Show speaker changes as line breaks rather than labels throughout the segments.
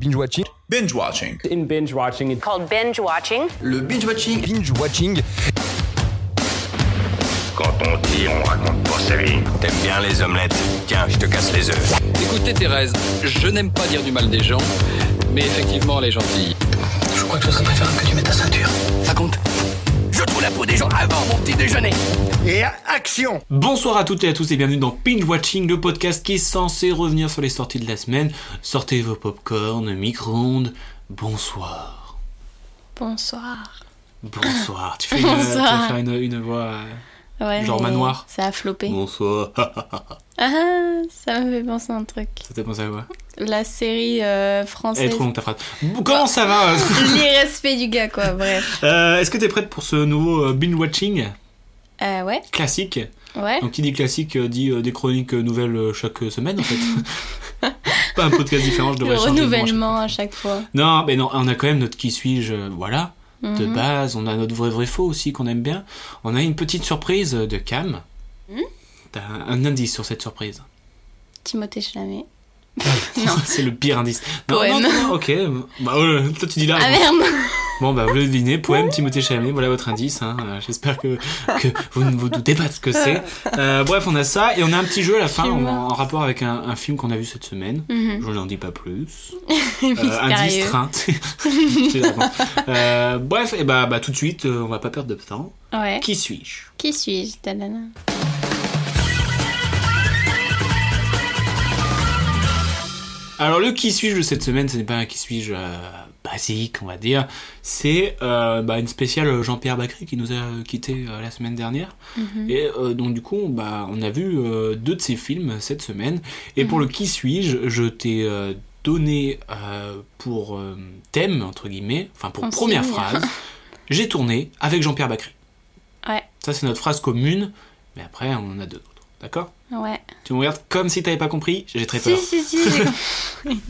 Binge watching.
Binge watching.
In binge watching,
called binge watching.
Le binge watching.
Binge watching.
Quand on dit, on raconte pas sa vie. T'aimes bien les omelettes Tiens, je te casse les œufs.
Écoutez Thérèse, je n'aime pas dire du mal des gens, mais effectivement elle est gentille.
Je crois que ce serait préférable que tu mettes ta ceinture. Ça compte Je trouve la peau des gens avant mon petit déjeuner.
Et action
Bonsoir à toutes et à tous et bienvenue dans Pinch Watching, le podcast qui est censé revenir sur les sorties de la semaine. Sortez vos popcorn, micro-ondes. Bonsoir.
Bonsoir.
Bonsoir. Tu fais une,
Bonsoir.
tu vas faire une, une voix euh,
Ouais,
genre
mais
manoir.
Ça a floppé.
Bonsoir.
Ah, ça me fait penser à un truc.
ça t'a pensé à quoi
La série euh,
Elle est
française.
trop longue ta phrase. Bon, Comment ça va euh
L'irrespect du gars, quoi, bref.
Euh, Est-ce que t'es prête pour ce nouveau euh, binge watching
Euh, ouais,
classique
ouais.
Donc qui dit classique euh, dit euh, des chroniques euh, nouvelles euh, chaque euh, semaine en fait. Pas un podcast différent, je
Le
devrais changer de branche.
renouvellement à chaque fois.
Non, mais non, on a quand même notre qui suis-je, euh, voilà, de
Mhm.
base. On a notre vrai vrai faux aussi qu'on aime bien. On a une petite surprise euh, de Cam.
Mhm.
T'as un, un indice sur cette surprise.
Timothée Chalamet.
C'est le pire indice.
Poème.
non, ok. Bah, euh, toi tu dis là.
Ah
bon.
merde
Bon, bah vous le devinez, poème Timothée Chalamet, voilà votre indice. hein. Euh, J'espère que, que vous ne vous doutez pas de ce que c'est. Euh, bref, on a ça et on a un petit jeu à la fin
suis
en,
morte.
en rapport avec un, un film qu'on a vu cette semaine.
Mhm.
Je n'en dis pas plus. Euh, indice
Mystérieux.
train. C'est vraiment- Euh, bref, et bah, bah tout de suite, euh, on va pas perdre de temps.
Ouais.
Qui suis-je
Qui suis-je, Danana
Alors le qui suis-je de cette semaine, ce n'est pas un qui suis-je euh, basique, on va dire. C'est euh, bah, une spéciale Jean-Pierre Bacry qui nous a quitté la semaine dernière. Et euh, donc du coup, on- bah, on a vu euh, deux de ses films cette semaine. Et pour le qui suis-je, je t'ai euh, donné euh, pour euh, thème, entre guillemets, enfin pour
En
première
signe.
phrase, j'ai tourné avec Jean-Pierre Bacry.
Ouais.
Ça c'est notre phrase commune, mais après on en a deux autres. D'accord
Ouais.
Tu me regardes comme si t'avais pas compris, j'ai très
Si,
peur.
si, si, j'ai compris.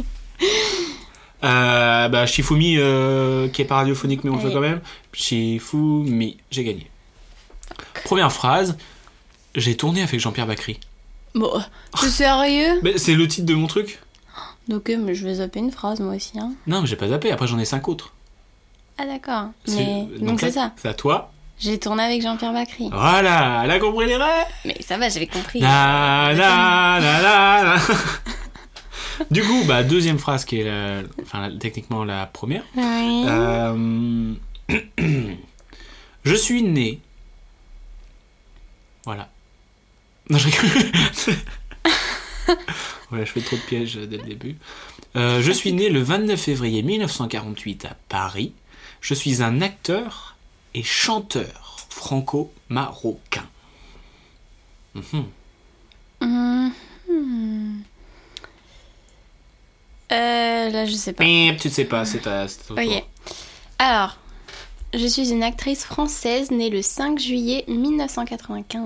Euh, bah, Shifumi, euh, qui est pas radiophonique, mais on le fait
Allez.
quand même. Shifumi, j'ai gagné. Première phrase, j'ai tourné avec Jean-Pierre Bacry.
Bon, t'es sérieux
Mais c'est le titre de mon truc
Donc, euh, mais je vais zapper une phrase, moi aussi. Hein.
Non, mais j'ai pas zappé, après j'en ai cinq autres.
Ah, d'accord.
C'est-
Mais... Donc,
là, Ah.
c'est ça.
C'est à toi.
J'ai tourné avec Jean-Pierre Bacry.
Voilà, elle a compris les règles.
Mais ça va, j'avais compris.
La, la, la, la, la. Du coup, bah, deuxième phrase qui est la- enfin, la- techniquement la première.
Oui.
Euh, Je suis né. Voilà. Non, je rigole. voilà, je fais trop de pièges dès le début. Euh, je suis né le 29 février 1948 à Paris. Je suis un acteur et chanteur franco-marocain. Mhm.
Hmm. Mhm. Euh, là, je sais pas.
Bip, tu ne sais pas, c'est ta. c'est ton tour.
Ok. Alors, je suis une actrice française née le 5 juillet 1995.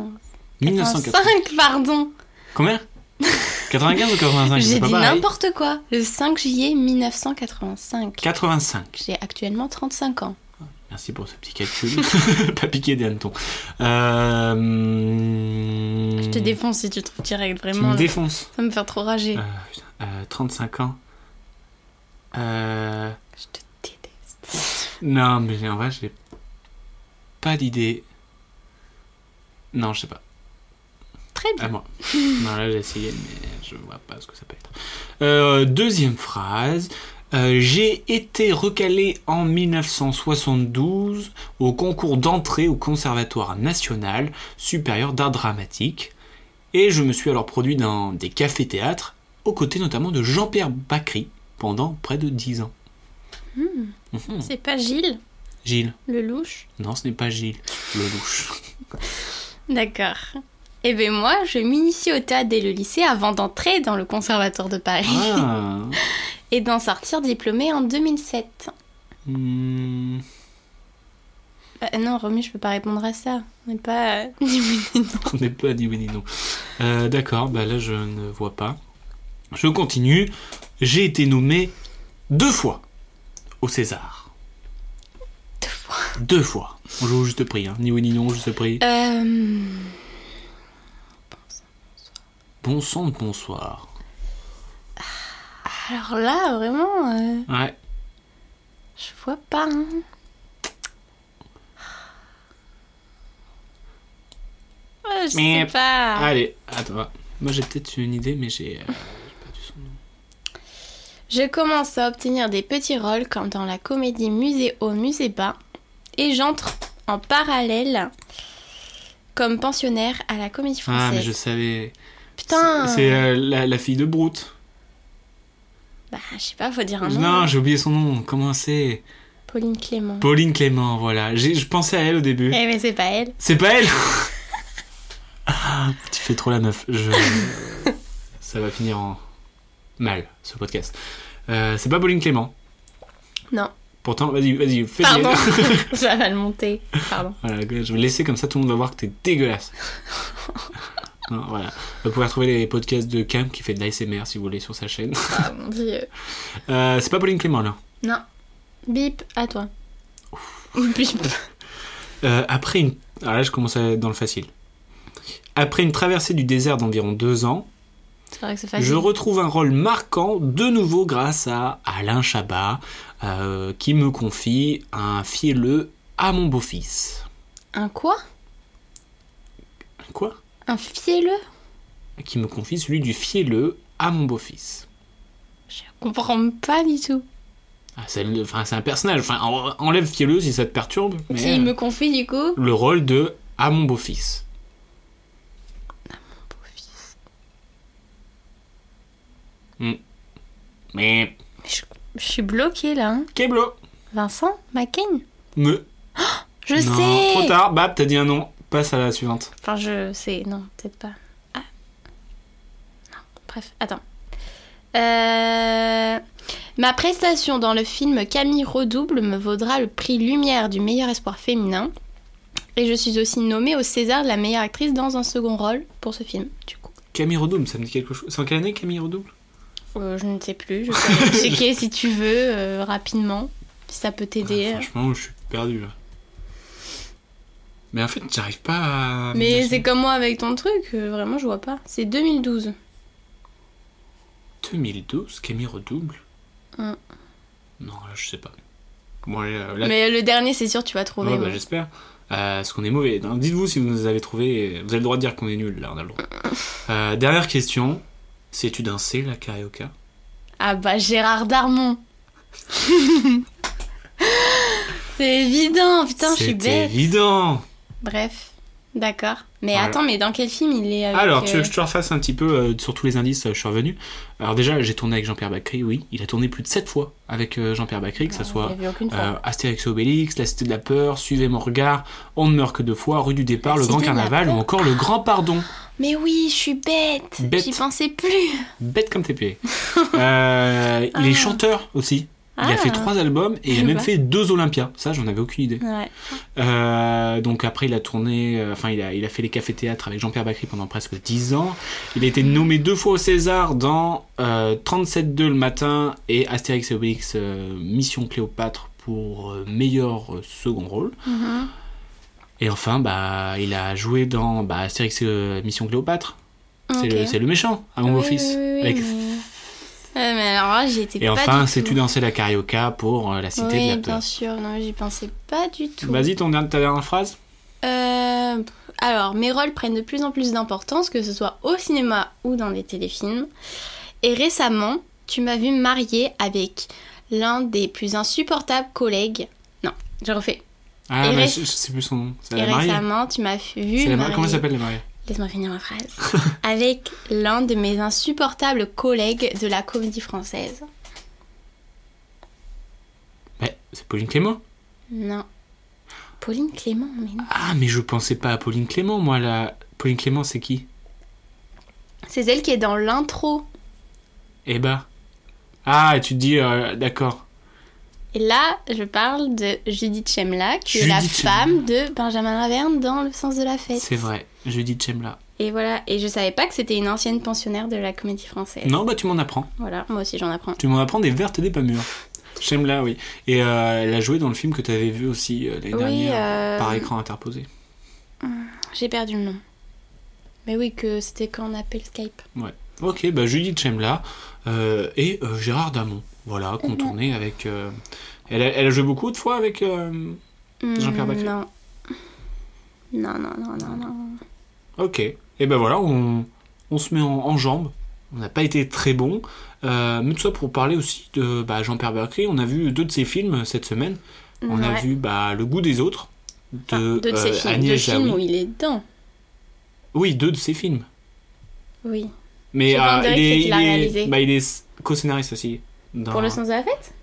1980.
5, pardon.
Combien 95 ou 85
J'ai
c'est pas
dit
pareil.
n'importe quoi. Le 5 juillet 1985.
85.
J'ai actuellement 35 ans.
Merci pour ce petit calcul. pas piqué des hannetons. Euh...
Je te défonce si tu trouves direct,
Tu
vraiment.
me
là.
défonces.
Ça me fait trop rager.
Euh, putain, euh, 35 ans. Euh...
Je te déteste.
Non, mais en vrai, j'ai pas d'idée. Non, je sais pas.
Très bien.
À moi. non, là, j'ai essayé, mais je vois pas ce que ça peut être. Euh, deuxième phrase. Euh, j'ai été recalé en 1972 au concours d'entrée au Conservatoire national supérieur d'art dramatique. Et je me suis alors produit dans des cafés-théâtres, aux côtés notamment de Jean-Pierre Bacry, pendant près de 10 ans. Mhm.
C'est pas Gilles,
Gilles.
le louche
Non, ce n'est pas Gilles. Le louche.
D'accord. Eh bien moi, je m'initie au théâtre dès le lycée avant d'entrer dans le conservatoire de Paris
Ah.
et d'en sortir diplômée en 2007.
Hmm.
Bah, non, Romu, je peux pas répondre à ça. On n'est pas... euh, diplômée.
On n'est pas dit oui ni non. Euh, D'accord, bah là je ne vois pas. Je continue. J'ai été nommé deux fois au César.
Deux fois.
Deux fois. On joue au juste prix, hein. ni oui ni non, au juste prix.
Euh,
Bon sang de bonsoir.
Alors là, vraiment, euh,
Ouais.
je vois pas. hein. Ouais, Oh, je
Mais- euh,
sais pas.
Allez, attends. Moi j'ai peut-être une idée, mais j'ai euh, j'ai perdu son nom.
Je commence à obtenir des petits rôles comme dans la comédie Musée haut, musée bas et j'entre en parallèle comme pensionnaire à la comédie
Ah, mais
française.
je savais.
Putain
C'est c'est, euh, la, la fille de Brute.
Bah, je sais pas, faut dire un nom.
Non, j'ai oublié son nom. Comment c'est
Pauline Clément.
Pauline Clément, voilà. J'ai- Je pensais à elle au début.
Eh, mais c'est pas elle.
C'est pas elle Ah, Tu fais trop la meuf. Je... Ça va finir en mal, ce podcast. Euh, c'est pas Pauline Clément.
Non.
Pourtant, vas-y, vas-y, fais
Pardon, j'avais le monter. Pardon.
Voilà, je vais laisser comme ça, tout le monde va voir que t'es dégueulasse. non, voilà. Vous pouvez retrouver les podcasts de Cam qui fait de l'ASMR si vous voulez sur sa chaîne.
Ah, mon dieu.
Euh, c'est pas Pauline Clément là.
Non. Bip, à toi. Bip.
Euh, après une. Alors là, je commence à être dans le facile. Après une traversée du désert d'environ deux ans,
C'est vrai que c'est facile.
je retrouve un rôle marquant de nouveau grâce à Alain Chabat euh, qui me confie un fielleux à mon beau-fils.
Un quoi
Quoi
Un fielleux
Qui me confie celui du fielleux à mon beau-fils.
Je comprends pas du tout.
Ah, c'est le- enfin, c'est un personnage. Enfin, en- enlève fielleux si ça te perturbe. mais,
Qui
euh,
me confie du coup
Le rôle de à mon beau-fils. Hmm. Mais
Mais je, je suis bloquée là. hein.
Keblo.
Vincent McCain
Me.
Je
non,
sais
Trop tard. Bab, t'as dit un nom. Passe à la suivante.
Enfin, je sais, non, peut-être pas. Ah. Non, bref, attends. Euh, Ma prestation dans le film Camille Redouble me vaudra le prix Lumière du meilleur espoir féminin. Et je suis aussi nommée au César de la meilleure actrice dans un second rôle pour ce film, du coup.
Camille Redouble, ça me dit quelque chose. C'est en quelle année Camille Redouble
Euh, je ne sais plus, je peux checker si tu veux euh, rapidement, si ça peut t'aider.
Ah, Franchement, je suis perdu là. Mais en fait, j'arrive pas à.
Mais c'est comme moi avec ton truc, euh, vraiment je vois pas. C'est 2012.
2012, Camille Redouble
Hmm.
Non, là, je sais pas. Bon, allez, euh, là,
Mais le dernier, c'est sûr, tu vas trouver.
Ouais, bah,
ouais.
j'espère. Euh, parce qu'on est mauvais. Donc, Dites-vous si vous nous avez trouvé. Vous avez le droit de dire qu'on est nul, là, on a le droit. Euh, dernière question. Sais-tu d'un C, la carioca
Ah bah Gérard Darmon. C'est évident, putain, je suis
C'est
bête.
évident
Bref, d'accord. Mais
Voilà.
attends, mais dans quel film il est avec
Alors, tu
euh,
veux que je te refasse un petit peu euh, sur tous les indices, euh, je suis revenu. Alors, déjà, j'ai tourné avec Jean-Pierre Bacry, oui. Il a tourné plus de 7 fois avec euh, Jean-Pierre Bacry, que ça
on
soit
l'a vu aucune fois.
euh, Astérix et Obélix, La Cité de la Peur, Suivez mon regard, On ne meurt que deux fois, Rue du départ, Le
La Cité
Grand
de la
Carnaval ou
Peur.
encore Le Grand Pardon.
Mais oui, je suis bête.
Bête.
J'y pensais plus.
Bête comme tes pieds. Euh, Il est chanteur aussi. Il a
Ah.
fait trois albums et il
Je
a même
vois.
fait deux Olympias. Ça, j'en avais aucune idée.
Ouais.
Euh, donc après, il a tourné, euh, enfin, il a, il a fait les cafés théâtres avec Jean-Pierre Bacry pendant presque dix ans. Il a été
Mm.
nommé deux fois au César dans euh, 37.2 le matin et Astérix et Obélix euh, Mission Cléopâtre pour euh, meilleur euh, second rôle.
Mm-hmm.
Et enfin, bah, il a joué dans bah, Astérix et euh, Mission Cléopâtre. C'est
Ok.
le- c'est le, méchant, à mon
Oui,
office.
oui, oui,
Avec
mais- Ouais, mais alors là, j'y étais
Et
pas
enfin,
du
sais-tu
tout.
danser la carioca pour euh, la cité
Oui,
de la Bah,
bien
peur
sûr. Non, mais j'y pensais pas du tout.
Vas-y, ton, dernier- ta dernière phrase
Euh, alors, mes rôles prennent de plus en plus d'importance, que ce soit au cinéma ou dans les téléfilms. Et récemment, tu m'as vu mariée avec l'un des plus insupportables collègues. Non, je refais.
Ah,
Et
mais
réc-
je, je sais plus son nom. C'est
Et
la mariée.
récemment, tu m'as vu
C'est la ma-
mariée.
Comment elle s'appelle la mariée
Laisse-moi finir ma phrase. avec l'un de mes insupportables collègues de la comédie française.
Bah, C'est Pauline Clément.
Non. Pauline Clément, mais non.
Ah, mais je pensais pas à Pauline Clément, moi. La... Pauline Clément, c'est qui
C'est elle qui est dans l'intro.
Eh bah. Ah, tu te dis, euh, d'accord.
Et là, je parle de Judith Chemla, qui est
Judith
la
Chemla.
femme de Benjamin Laverne dans Le sens de la fête.
C'est vrai. Judith Chemla.
Et voilà, et je savais pas que c'était une ancienne pensionnaire de la comédie française.
Non, bah tu m'en apprends.
Voilà, moi aussi j'en apprends.
Tu m'en apprends des vertes et des pas mûres. Chemla, oui. Et euh, elle a joué dans le film que tu avais vu aussi euh, l'année
Oui,
dernière,
euh,
par écran interposé.
J'ai perdu le nom. Mais oui, que c'était quand on appelle Skype.
Ouais. Ok, bah Judith Chemla euh, et euh, Gérard Damon. Voilà, qu'on
Mhm.
tournait avec. euh, Elle, a, elle a joué beaucoup de fois avec. euh, Jean-Pierre Bacri.
Hmm, Non. Non, non, non, non, non.
Ok. Et ben voilà, on, on se met en, en jambes. On n'a pas été très bon. Euh, mais tout ça pour parler aussi de bah, Jean-Pierre Bacri. On a vu deux de ses films euh, cette semaine. On a
Ouais.
vu bah, Le goût des autres de,
Enfin, deux de ses
euh,
films, deux
Agnès
films
Jaoui.
où il est dedans.
Oui, deux de ses films.
Oui.
Mais euh,
J'ai pas entendu
il,
que c'est
est,
qu'il a
il est-
réalisé.
bah, il est co-scénariste aussi. dans-
Pour le sans arrête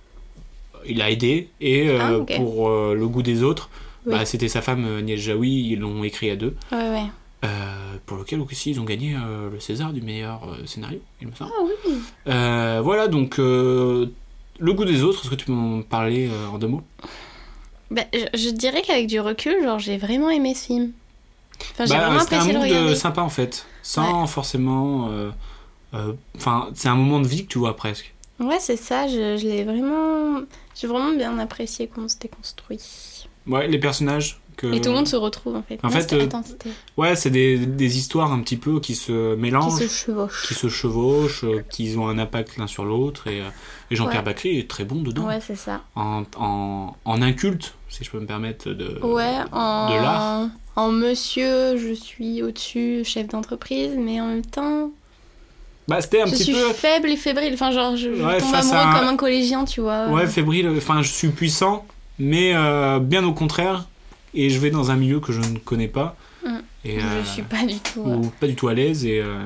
Il a aidé. Et euh,
Ah, ok.
pour euh, Le goût des autres,
Oui.
bah, c'était sa femme euh, Agnès Jaoui. Ils l'ont écrit à deux.
Ouais, ouais.
Euh, pour lequel aussi ils ont gagné euh, le César du meilleur euh, scénario, il me semble.
Ah oui.
Euh, voilà, donc euh, le goût des autres, est-ce que tu peux m'en parler euh, en deux mots
Bah, je, je dirais qu'avec du recul, genre, j'ai vraiment aimé ce film. Enfin, j'ai
Bah,
vraiment
C'était un
apprécié le
mood
regarder.
euh, sympa en fait, sans forcément. euh, euh, Enfin, c'est un moment de vie que tu vois presque.
Ouais, c'est ça, je, je l'ai vraiment... J'ai vraiment bien apprécié comment c'était construit.
Ouais, les personnages. Que...
Et tout le monde se retrouve, en fait.
en
Non,
fait,
c'était-
euh,
Attends, c'était...
Ouais, c'est des, des histoires un petit peu qui se
Qui
mélangent,
se chevauche.
qui se chevauchent, euh, qui ont un impact l'un sur l'autre. Et, euh, et Jean-Pierre
Ouais.
Bacri est très bon dedans.
Ouais, c'est ça.
En, en, en inculte, si je peux me permettre de.
Ouais, en...
Euh, de l'art.
En monsieur, je suis au-dessus, chef d'entreprise, mais en même temps,
Bah, c'était un
je
petit
suis
peu.
faible et fébrile. Enfin, genre, je, je
Ouais,
tombe
face
amoureux
à un-
comme un collégien, tu vois. Euh,
Ouais, fébrile. Enfin, je suis puissant, mais euh, bien au contraire. Et je vais dans un milieu que je ne connais pas.
Mm.
Et, euh,
Je suis pas du tout... euh,
ou pas du tout à l'aise et euh,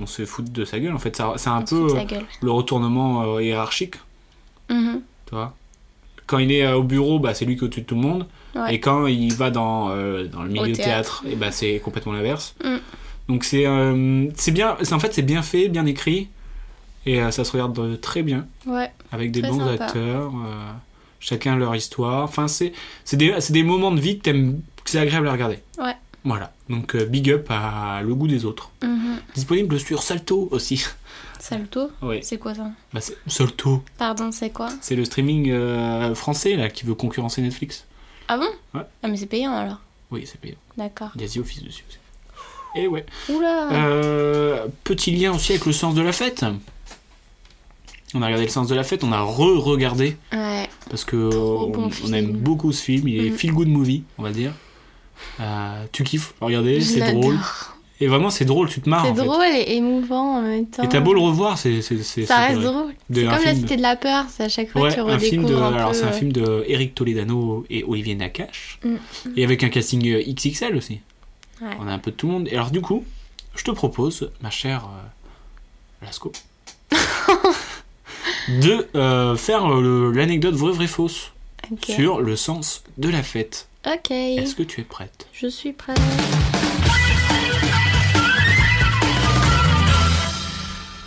on se fout de sa gueule. En fait, Ça- c'est un
on se
peu
fout de
euh,
sa gueule.
le retournement euh, hiérarchique,
Mhm.
tu vois. Quand il est euh, au bureau, bah, c'est lui qui est au-dessus de tout le monde.
Ouais.
Et quand il va dans, euh, dans le milieu théâtre,
théâtre.
et bah, c'est complètement l'inverse.
Mm.
Donc c'est euh, c'est bien, c'est- en fait c'est bien fait, bien écrit, et euh, ça se regarde euh, très bien.
Ouais.
avec des
Très
bons
sympa.
acteurs, euh, chacun leur histoire. Enfin, c'est c'est des, c'est des moments de vie que t'aimes, que c'est agréable à regarder.
Ouais.
Voilà. Donc euh, big up à le goût des autres.
Mhm.
Disponible sur Salto aussi.
Salto
Ouais.
C'est quoi ça
Bah, c'est- Salto,
Pardon, c'est quoi
c'est le streaming euh, français là qui veut concurrencer Netflix.
Ah bon
Ouais.
Ah mais c'est payant alors.
Oui, c'est payant.
D'accord.
Il y a The Office dessus aussi. Et ouais.
Oula
Euh, petit lien aussi avec le sens de la fête. On a regardé le sens de la fête, on a re-regardé
Ouais.
parce que on,
bon
on
film.
aime beaucoup ce film. Il est
Mm.
feel good movie, on va dire. Euh, tu kiffes, regardez,
je
c'est drôle.
l'adore.
Et vraiment, c'est drôle, tu te marres.
C'est
en fait.
drôle et émouvant en même temps.
Et t'as beau le revoir, c'est c'est c'est-
Ça
c'est
reste
vrai.
drôle.
De-
C'est
un
comme la
film-
Cité de la Peur, c'est à chaque fois
Ouais,
tu
un film
redécouvres
de,
un, peu.
alors c'est un film de Eric Toledano et Olivier Nakache,
Mm.
et avec un casting euh, XXL aussi.
Ouais.
On a un peu de tout le monde. Et alors du coup, je te propose, ma chère euh, Lasco, de euh, faire euh, le- l'anecdote vraie vraie fausse
Ok.
sur le sens de la fête.
Ok.
Est-ce que tu es prête
Je suis prête.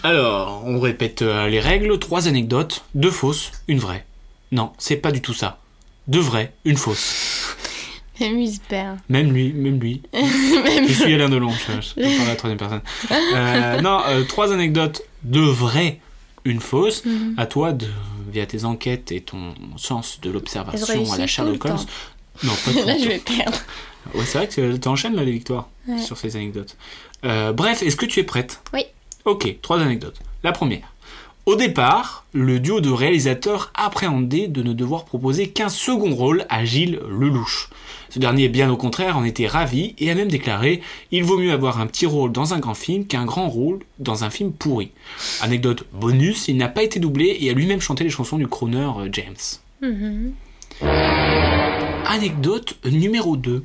Alors, on répète euh, les règles, trois anecdotes, deux fausses, une vraie. Non, c'est pas du tout ça. Deux vraies, une fausse.
M'amuse bien.
Même lui, même lui. Je suis Alain Delon, je, je parle à la troisième personne. Euh, non, euh, trois anecdotes, deux vraies, une fausse.
Mhm.
À toi, de, via tes enquêtes et ton sens de
Je
l'observation
réussis
à la
tout
Sherlock
le
Holmes. Non, pas tout le
Là je
temps.
vais perdre.
Ouais, c'est vrai que tu enchaînes là les victoires
Ouais.
sur ces anecdotes. Euh, bref, est-ce que tu es prête
Oui.
Ok, trois anecdotes. La première. Au départ, le duo de réalisateurs appréhendait de ne devoir proposer qu'un second rôle à Gilles Lelouch. Ce dernier, bien au contraire, en était ravi et a même déclaré Il vaut mieux avoir un petit rôle dans un grand film qu'un grand rôle dans un film pourri. Anecdote bonus, il n'a pas été doublé et a lui-même chanté les chansons du crooner euh, James.
Mhm.
Anecdote numéro 2.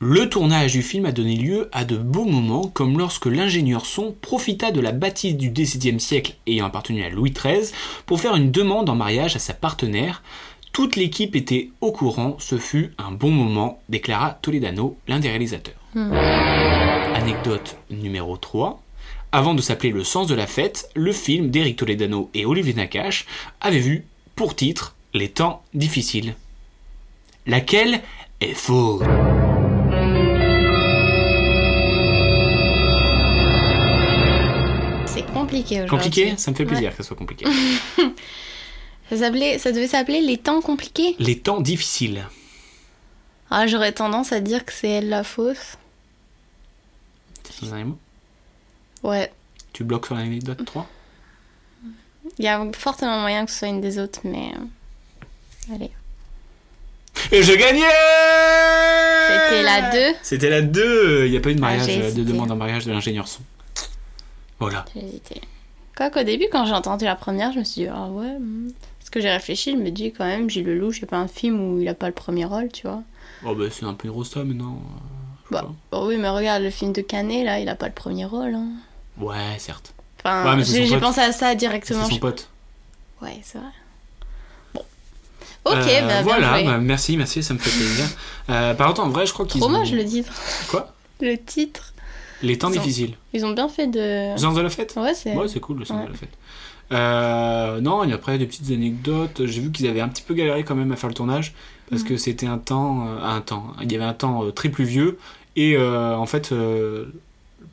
Le tournage du film a donné lieu à de beaux moments, comme lorsque l'ingénieur son profita de la bâtisse du XVIIe siècle ayant appartenu à Louis XIII pour faire une demande en mariage à sa partenaire. Toute l'équipe était au courant, ce fut un bon moment, déclara Toledano, l'un des réalisateurs. Anecdote numéro 3. Avant de s'appeler Le sens de la fête, le film d'Eric Toledano et Olivier Nakache avait vu pour titre Les temps difficiles. Laquelle est fausse
C'est compliqué aujourd'hui.
Compliqué Ça me fait plaisir que ce soit compliqué.
Ça, s'appelait- ça devait s'appeler Les temps compliqués.
Les temps difficiles.
Ah, j'aurais tendance à dire que c'est elle la fausse.
C'est un mot
Ouais,
Tu bloques sur l'anecdote 3
Il y a fortement moyen que ce soit une des autres, mais. euh, Allez.
Et je gagnais
C'était la 2.
C'était la 2 Il n'y a pas eu de, mariage, euh,
j'ai
de
hésité.
demande en mariage de l'ingénieur son. Voilà.
J'ai hésité. Quoi qu'au début, quand j'ai entendu la première, je me suis dit, ah ouais. hmm. Parce que j'ai réfléchi, je me dis quand même, Gilles Lelouch, c'est pas un film où il a pas le premier rôle, tu vois.
Oh bah c'est un peu une grosse mais non euh,
Bah, bah oui, mais regarde le film de Canet, là, il a pas le premier rôle. hein.
Ouais, certes. Ouais,
Enfin,
mais c'est
j'ai
son
j'ai
pote.
pensé à ça
C'est
directement.
son
Je-
pote.
Ouais, c'est vrai. Bon. Ok,
Euh,
bah,
voilà,
bien joué.
bah, merci, merci, ça me fait plaisir. Euh, par contre, en vrai, je crois qu'ils
Trop
ont...
moche le titre.
Quoi
Le titre.
Les temps
Ils ont- Euh.
difficiles.
Ils ont bien fait de.
Sens de la fête
Ouais, c'est.
Ouais, c'est cool le sens
Ouais.
de la fête. Euh, non, et après, des petites anecdotes. J'ai vu qu'ils avaient un petit peu galéré quand même à faire le tournage parce
Mm.
que c'était un temps, euh, un temps. Il y avait un temps euh, très pluvieux et euh, en fait, euh,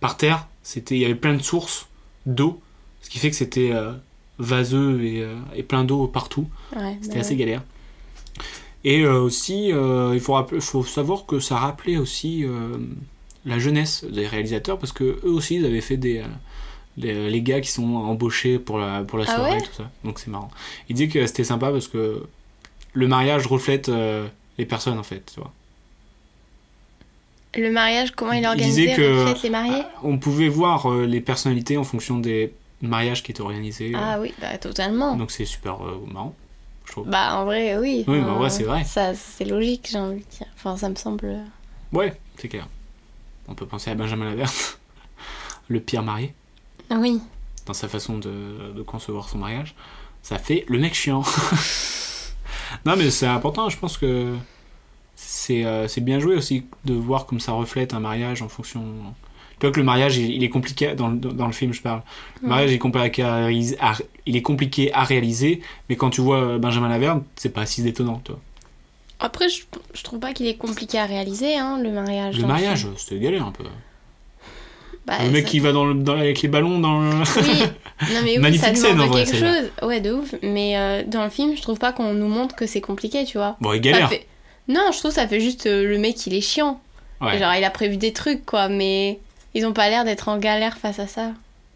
par terre, c'était, il y avait plein de sources d'eau, ce qui fait que c'était euh, vaseux et, euh, et plein d'eau partout.
Ouais,
C'était
bah
assez
ouais.
galère. Et euh, aussi, euh, il faut, rappeler- faut savoir que ça rappelait aussi euh, la jeunesse des réalisateurs, parce que eux aussi, ils avaient fait des. euh, les, les gars qui sont embauchés pour la, pour la
Ah
soirée
ouais
et tout ça. Donc c'est marrant. Il dit que c'était sympa parce que le mariage reflète euh, les personnes en fait. Tu vois.
Le mariage, comment il est
Il
organisé
disait que- Ah,
reflète les mariés
On pouvait voir euh, les personnalités en fonction des mariages qui étaient organisés. euh,
Ah oui, bah totalement.
Donc c'est super euh, marrant, je trouve.
Bah en vrai, oui.
Oui, bah,
Enfin,
ouais, c'est vrai.
Ça, c'est logique, j'ai envie de dire. Enfin, ça me semble. euh,
Ouais, c'est clair. On peut penser à Benjamin Laverne, le pire marié,
Oui.
dans sa façon de, de concevoir son mariage. Ça fait le mec chiant. non, mais c'est important, je pense que c'est euh, c'est bien joué aussi de voir comme ça reflète un mariage en fonction. Tu vois que le mariage, il, il est compliqué, dans le, dans le film, je parle. Le mariage, il est, compliqué à réaliser, à- il est compliqué à réaliser, mais quand tu vois euh, Benjamin Laverne, c'est pas si détonnant, toi.
Après, je, je trouve pas qu'il est compliqué à réaliser, hein, le mariage.
Le
dans
mariage,
film.
c'était galère un peu.
Bah,
le mec
ça-
qui va dans le- dans- avec les ballons dans le.
Oui, non mais oui,
Magnifique
ça
scène, en
demande
vrai,
quelque chose. Ouais, de ouf. Mais euh, dans le film, je trouve pas qu'on nous montre que c'est compliqué, tu vois.
Bon, il
Ça
galère.
fait- Non, je trouve ça fait juste euh, le mec, il est chiant.
Ouais.
Genre, il a prévu des trucs, quoi, mais ils ont pas l'air d'être en galère face à ça.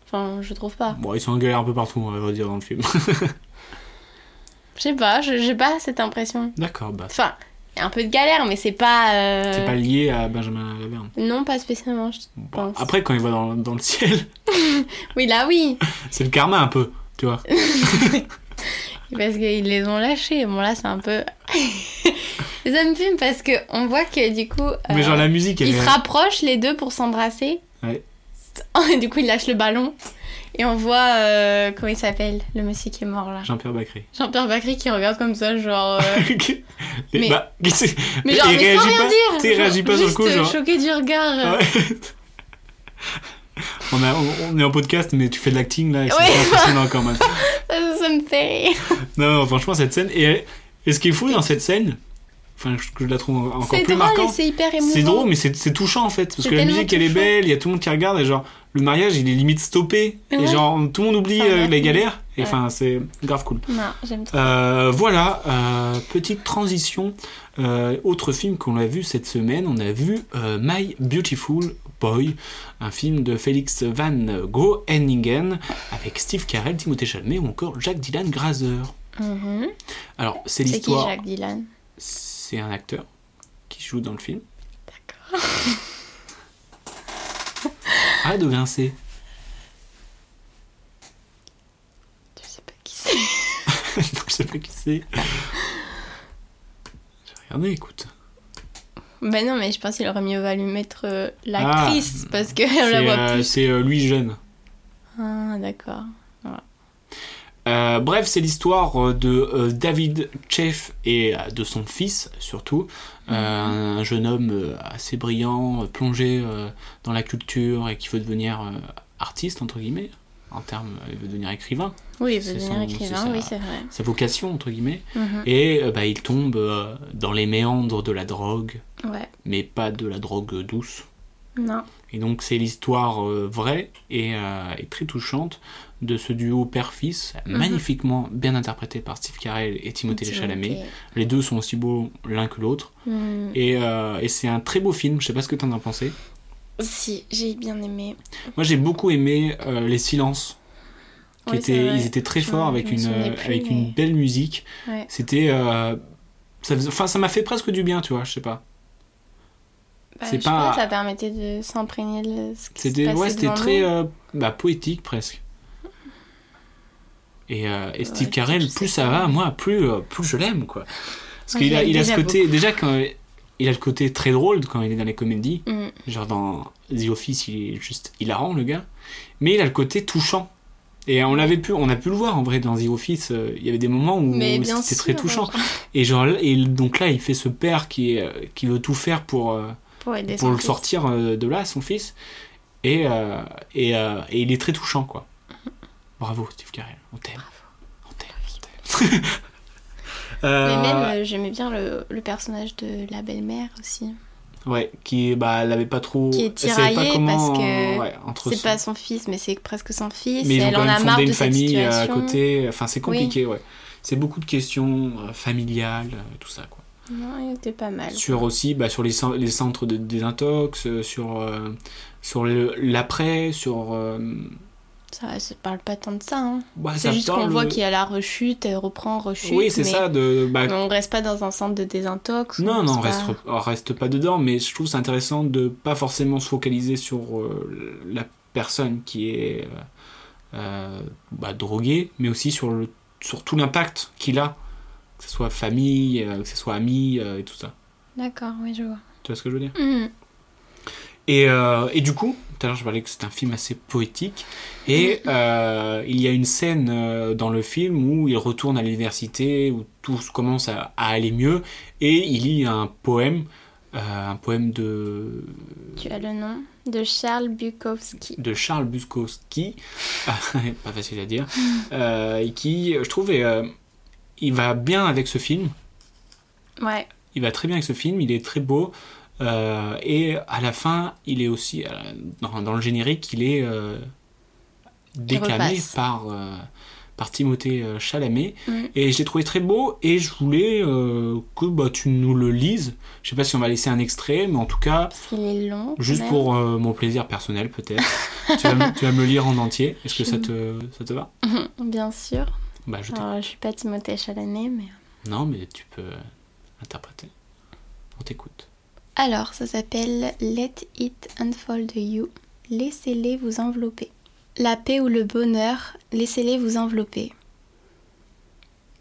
Enfin, je trouve pas.
Bon, ils sont en galère un peu partout, on va dire, dans le film.
Je sais pas, je- j'ai pas cette impression.
D'accord, bah,
Enfin, il y a un peu de galère, mais c'est pas. euh,
c'est pas lié à Benjamin Laverne.
Non, pas spécialement, je
Bon, bah,
pense.
après, quand il va dans, dans le ciel,
Oui, là, oui.
c'est le karma un peu, tu vois.
Euh, Parce qu'ils les ont lâchés. Bon, là, c'est un peu. ça me fume parce que on voit que du coup.
Mais
euh,
genre, la musique, elle
Ils
est-
se rapprochent les deux pour s'embrasser.
Ouais.
du coup, ils lâchent le ballon. Et on voit. euh, comment il s'appelle Le monsieur qui est mort là.
Jean-Pierre Bacry.
Jean-Pierre Bacry qui regarde comme ça, genre. euh,
Et
Mais-
Bah, qui c'est
Mais genre,
il
mais sans
réagit
rien
pas,
dire
tu sais, il réagit pas sur le
Juste
coup,
euh,
genre.
choqué du regard. euh.
Ouais. on, a- on- on est en podcast, mais tu fais de l'acting là, et c'est
Ouais.
pas impressionnant quand même.
Ça, ça me fait rire.
Non, non, franchement, cette scène. Et, et ce qui est fou dans cette scène, enfin, je, que je la trouve encore
C'est
plus
drôle
marquante.
et c'est hyper émouvant.
C'est drôle, mais c'est c'est touchant en fait. Parce
C'est
que la
tellement
musique elle est
touchant.
belle, il y a tout le monde qui regarde, et genre le mariage il est limite stoppé. Et
Ouais.
genre tout le monde oublie
Enfin,
euh,
ouais.
la galère. Et
Ouais.
enfin, c'est grave cool.
Non, j'aime trop.
Euh, voilà, euh, petite transition. Euh, autre film qu'on a vu cette semaine, on a vu euh, My Beautiful Boy, un film de Félix Van Groeningen avec Steve Carell, Timothée Chalamet ou encore Jacques Dylan Grazer.
Mhm.
Alors, c'est
C'est qui
l'histoire.
Jacques Dylan
C'est un acteur qui joue dans le film. D'accord. Arrête de grincer.
Je sais pas qui c'est.
Non, je sais pas qui c'est. J'ai regardé, écoute.
Bah non, mais je pense qu'il aurait mieux valu mettre euh, l'actrice parce que on
Ah,
la
C'est,
voit
euh,
plus.
c'est euh, lui jeune.
Ah, d'accord.
Euh, bref, c'est l'histoire euh, de euh, David Chef et euh, de son fils surtout, Euh,
Mhm.
un jeune homme euh, assez brillant, euh, plongé euh, dans la culture et qui veut devenir euh, artiste entre guillemets. En termes, euh, il veut devenir écrivain,
Oui, il
C'est
veut devenir
son- c'est
écrivain,
ça.
oui, c'est vrai.
sa vocation entre guillemets.
Mhm.
Et euh, bah, il tombe euh, dans les méandres de la drogue,
Ouais,
mais pas de la drogue douce.
non.
Et donc c'est l'histoire euh, vraie et, euh, et très touchante de ce duo père-fils,
Mhm.
magnifiquement bien interprété par Steve Carell et Timothée Chalamet. Les deux sont aussi beaux l'un que l'autre.
Hmm.
Et, euh, et c'est un très beau film, je sais pas ce que t'en as pensé.
Si, j'ai bien aimé.
Moi, j'ai beaucoup aimé euh, les silences. Qui
Ouais,
étaient-
c'est vrai.
ils étaient très
Je-
forts avec,
je me
une, euh,
souvenais plus,
avec
mais-
une belle musique.
Ouais.
C'était. euh, ça faisait- Enfin, ça m'a fait presque du bien, tu vois, je sais pas.
Bah,
C'est
je sais
pas-
pas, ça permettait de s'imprégner de ce qui se
C'était
passait
ouais, c'était
devant
très
nous.
euh, bah, poétique presque. Et, euh, et Steve
Ouais,
Carell,
je sais
plus ça
pas.
va, moi, plus, euh, plus je l'aime, quoi. Parce
Moi,
qu'il
je
a,
l'aime
il a ce
déjà
côté, déjà, quand, il a le côté très drôle quand il est dans les comédies.
Mm.
Genre dans The Office, il est juste hilarant, le gars. Mais il a le côté touchant. Et on l'avait pu, on a pu le voir en vrai dans The Office. euh, Il y avait des moments où
Mais bien
c'était très
sûr, euh,
touchant. Et genre, là- et donc là, il fait ce père qui, est, euh, qui veut tout faire pour, euh,
Pour, aider
pour
son
le
fils.
sortir euh, de là, son fils. Et, euh, et, euh, et il est très touchant, quoi.
Mhm.
Bravo, Steve Carell. On t'aime. On t'aime. on t'aime.
Mais
Euh,
même, euh, j'aimais bien le, le personnage de la belle-mère aussi.
Ouais, qui bah, elle avait pas trop.
euh, Qui est
elle savait
tiraillée parce que
ouais, entre
C'est
son-
pas son fils, mais c'est presque son fils.
Mais
et
ils ont
elle
quand
en
même
a marre
fondé
de
une
cette
famille euh, à
situation.
côté. Enfin, c'est compliqué, ouais. C'est beaucoup de questions euh, familiales, euh, tout ça, quoi.
Non, il était pas mal.
Sur aussi, bah, sur les, cen- les centres de désintox, euh, sur, euh, sur le- l'après, sur. euh,
Ça, ça parle pas tant de ça. Hein.
bah, ça
C'est juste
parle-
qu'on voit qu'il y a la rechute, elle reprend, rechute.
Oui, c'est
mais
ça, de. bah,
On reste pas dans un centre de désintox.
non, non,
c'est
on reste,
pas-
on reste pas dedans, mais je trouve c'est intéressant de pas forcément se focaliser sur euh, la personne qui est euh, euh, bah, droguée, mais aussi sur, le, sur tout l'impact qu'il a, que ce soit famille, euh, que ce soit amis euh, et tout ça.
D'accord, oui, je vois.
Tu vois ce que je veux dire
Mhm.
et, euh, et du coup, tout à l'heure je parlais que c'est un film assez poétique, et euh, il y a une scène euh, dans le film où il retourne à l'université, où tout commence à, à aller mieux, et il lit un poème, euh, un poème de,
Tu as le nom de Charles Bukowski.
de Charles Bukowski, pas facile à dire, euh, et qui, je trouve, est, euh, il va bien avec ce film,
Ouais,
il va très bien avec ce film, il est très beau. euh, et à la fin, il est aussi, euh, dans, dans le générique, il est euh, déclamé
repasse.
par, euh, par Timothée euh, Chalamet.
Mhm.
Et je l'ai trouvé très beau et je voulais euh, que bah, tu nous le lises. Je sais pas si on va laisser un extrait, mais en tout cas,
parce qu'il est long. quand
juste
même.
pour euh, mon plaisir personnel peut-être, tu, vas me- tu vas me le lire en entier. Est-ce que ça te, ça te va
Bien sûr.
bah, je t'ai-
Alors, je suis pas Timothée Chalamet, mais.
Non, mais tu peux interpréter. On t'écoute.
Alors, ça s'appelle Let It Unfold You. Laissez-les vous envelopper. La paix ou le bonheur, laissez-les vous envelopper.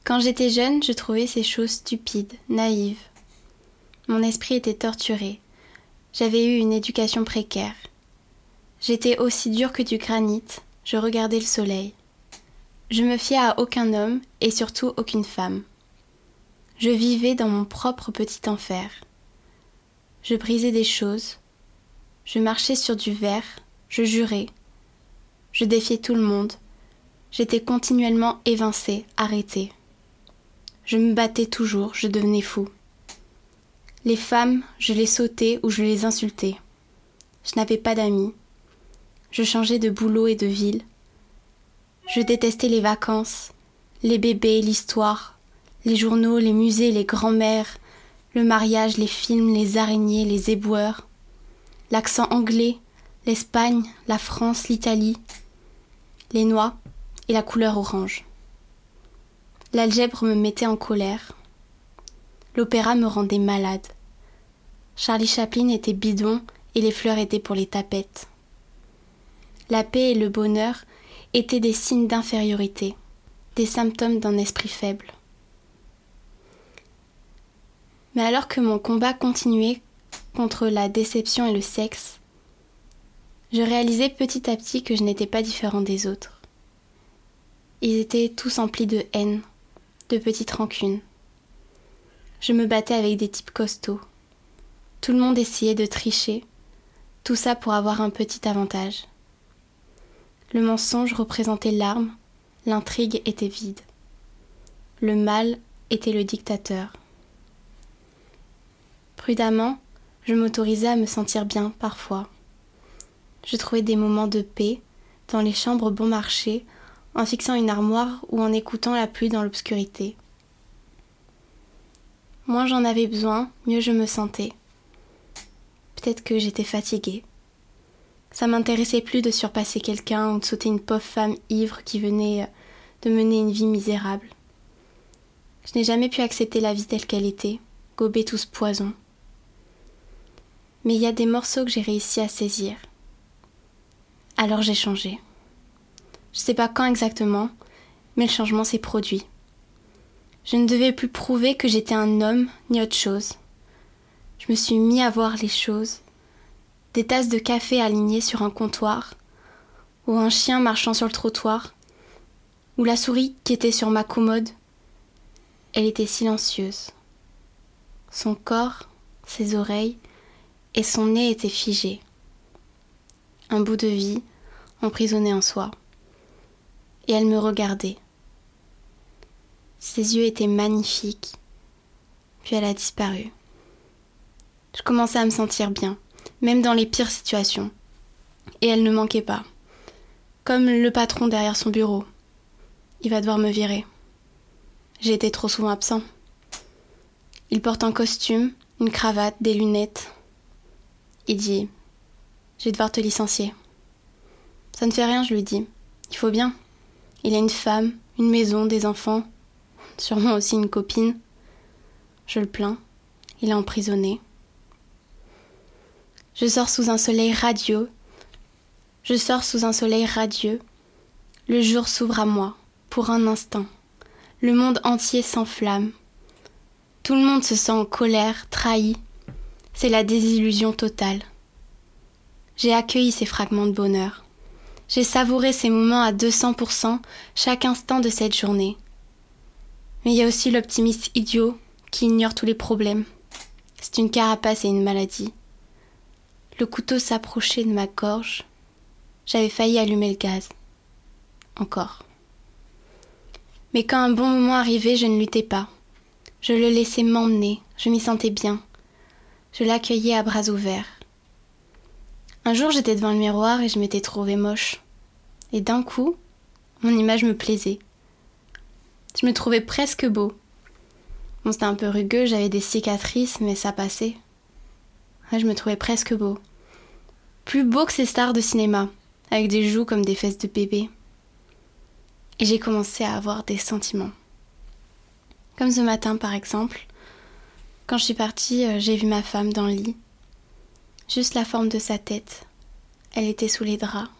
Quand j'étais jeune, je trouvais ces choses stupides, naïves. Mon esprit était torturé. J'avais eu une éducation précaire. J'étais aussi dur que du granit. Je regardais le soleil. Je me fiais à aucun homme et surtout aucune femme. Je vivais dans mon propre petit enfer. Je brisais des choses. Je marchais sur du verre. Je jurais. Je défiais tout le monde. J'étais continuellement évincée, arrêtée. Je me battais toujours, je devenais fou. Les femmes, je les sautais ou je les insultais. Je n'avais pas d'amis. Je changeais de boulot et de ville. Je détestais les vacances, les bébés, l'histoire, les journaux, les musées, les grands-mères, le mariage, les films, les araignées, les éboueurs, l'accent anglais, l'Espagne, la France, l'Italie, les noix et la couleur orange. L'algèbre me mettait en colère. L'opéra me rendait malade. Charlie Chaplin était bidon et les fleurs étaient pour les tapettes. La paix et le bonheur étaient des signes d'infériorité, des symptômes d'un esprit faible. Mais alors que mon combat continuait contre la déception et le sexe, je réalisais petit à petit que je n'étais pas différent des autres. Ils étaient tous emplis de haine, de petites rancunes. Je me battais avec des types costauds. Tout le monde essayait de tricher, tout ça pour avoir un petit avantage. Le mensonge représentait l'arme, l'intrigue était vide. Le mal était le dictateur. Prudemment, je m'autorisais à me sentir bien parfois. Je trouvais des moments de paix dans les chambres bon marché, en fixant une armoire ou en écoutant la pluie dans l'obscurité. Moins j'en avais besoin, mieux je me sentais. Peut-être que j'étais fatiguée, Ça m'intéressait plus de surpasser quelqu'un ou de sauter une pauvre femme ivre qui venait euh, de mener une vie misérable. Je n'ai jamais pu accepter la vie telle qu'elle était, gober tout ce poison. Mais il y a des morceaux que j'ai réussi à saisir. Alors j'ai changé. Je sais pas quand exactement, mais le changement s'est produit. Je ne devais plus prouver que j'étais un homme ni autre chose. Je me suis mis à voir les choses. Des tasses de café alignées sur un comptoir, ou un chien marchant sur le trottoir, ou la souris qui était sur ma commode. Elle était silencieuse. Son corps, ses oreilles et son nez étaient figés. Un bout de vie emprisonné en soi. Et elle me regardait. Ses yeux étaient magnifiques. Puis elle a disparu. Je commençais à me sentir bien, même dans les pires situations. Et elle ne manquait pas. Comme le patron derrière son bureau. Il va devoir me virer. J'ai été trop souvent absent. Il porte un costume, une cravate, des lunettes. Il dit Je vais devoir te licencier. Ça ne fait rien, je lui dis. Il faut bien. Il a une femme, une maison, des enfants, sûrement aussi une copine. Je le plains. Il est emprisonné. Je sors sous un soleil radieux. Je sors sous un soleil radieux. Le jour s'ouvre à moi, pour un instant. Le monde entier s'enflamme. Tout le monde se sent en colère, trahi. C'est la désillusion totale. J'ai accueilli ces fragments de bonheur. J'ai savouré ces moments à 200% chaque instant de cette journée. Mais il y a aussi l'optimiste idiot qui ignore tous les problèmes. C'est une carapace et une maladie. Le couteau s'approchait de ma gorge. J'avais failli allumer le gaz. Encore. Mais quand un bon moment arrivait, je ne luttais pas. Je le laissais m'emmener, je m'y sentais bien. Je l'accueillais à bras ouverts. Un jour, j'étais devant le miroir et je m'étais trouvée moche. Et d'un coup, mon image me plaisait. Je me trouvais presque beau. Bon, c'était un peu rugueux, j'avais des cicatrices, mais ça passait. Ouais, je me trouvais presque beau. Plus beau que ces stars de cinéma, avec des joues comme des fesses de bébé. Et j'ai commencé à avoir des sentiments. Comme ce matin, par exemple. Quand je suis partie, euh, j'ai vu ma femme dans le lit. Juste la forme de sa tête. Elle était sous les draps.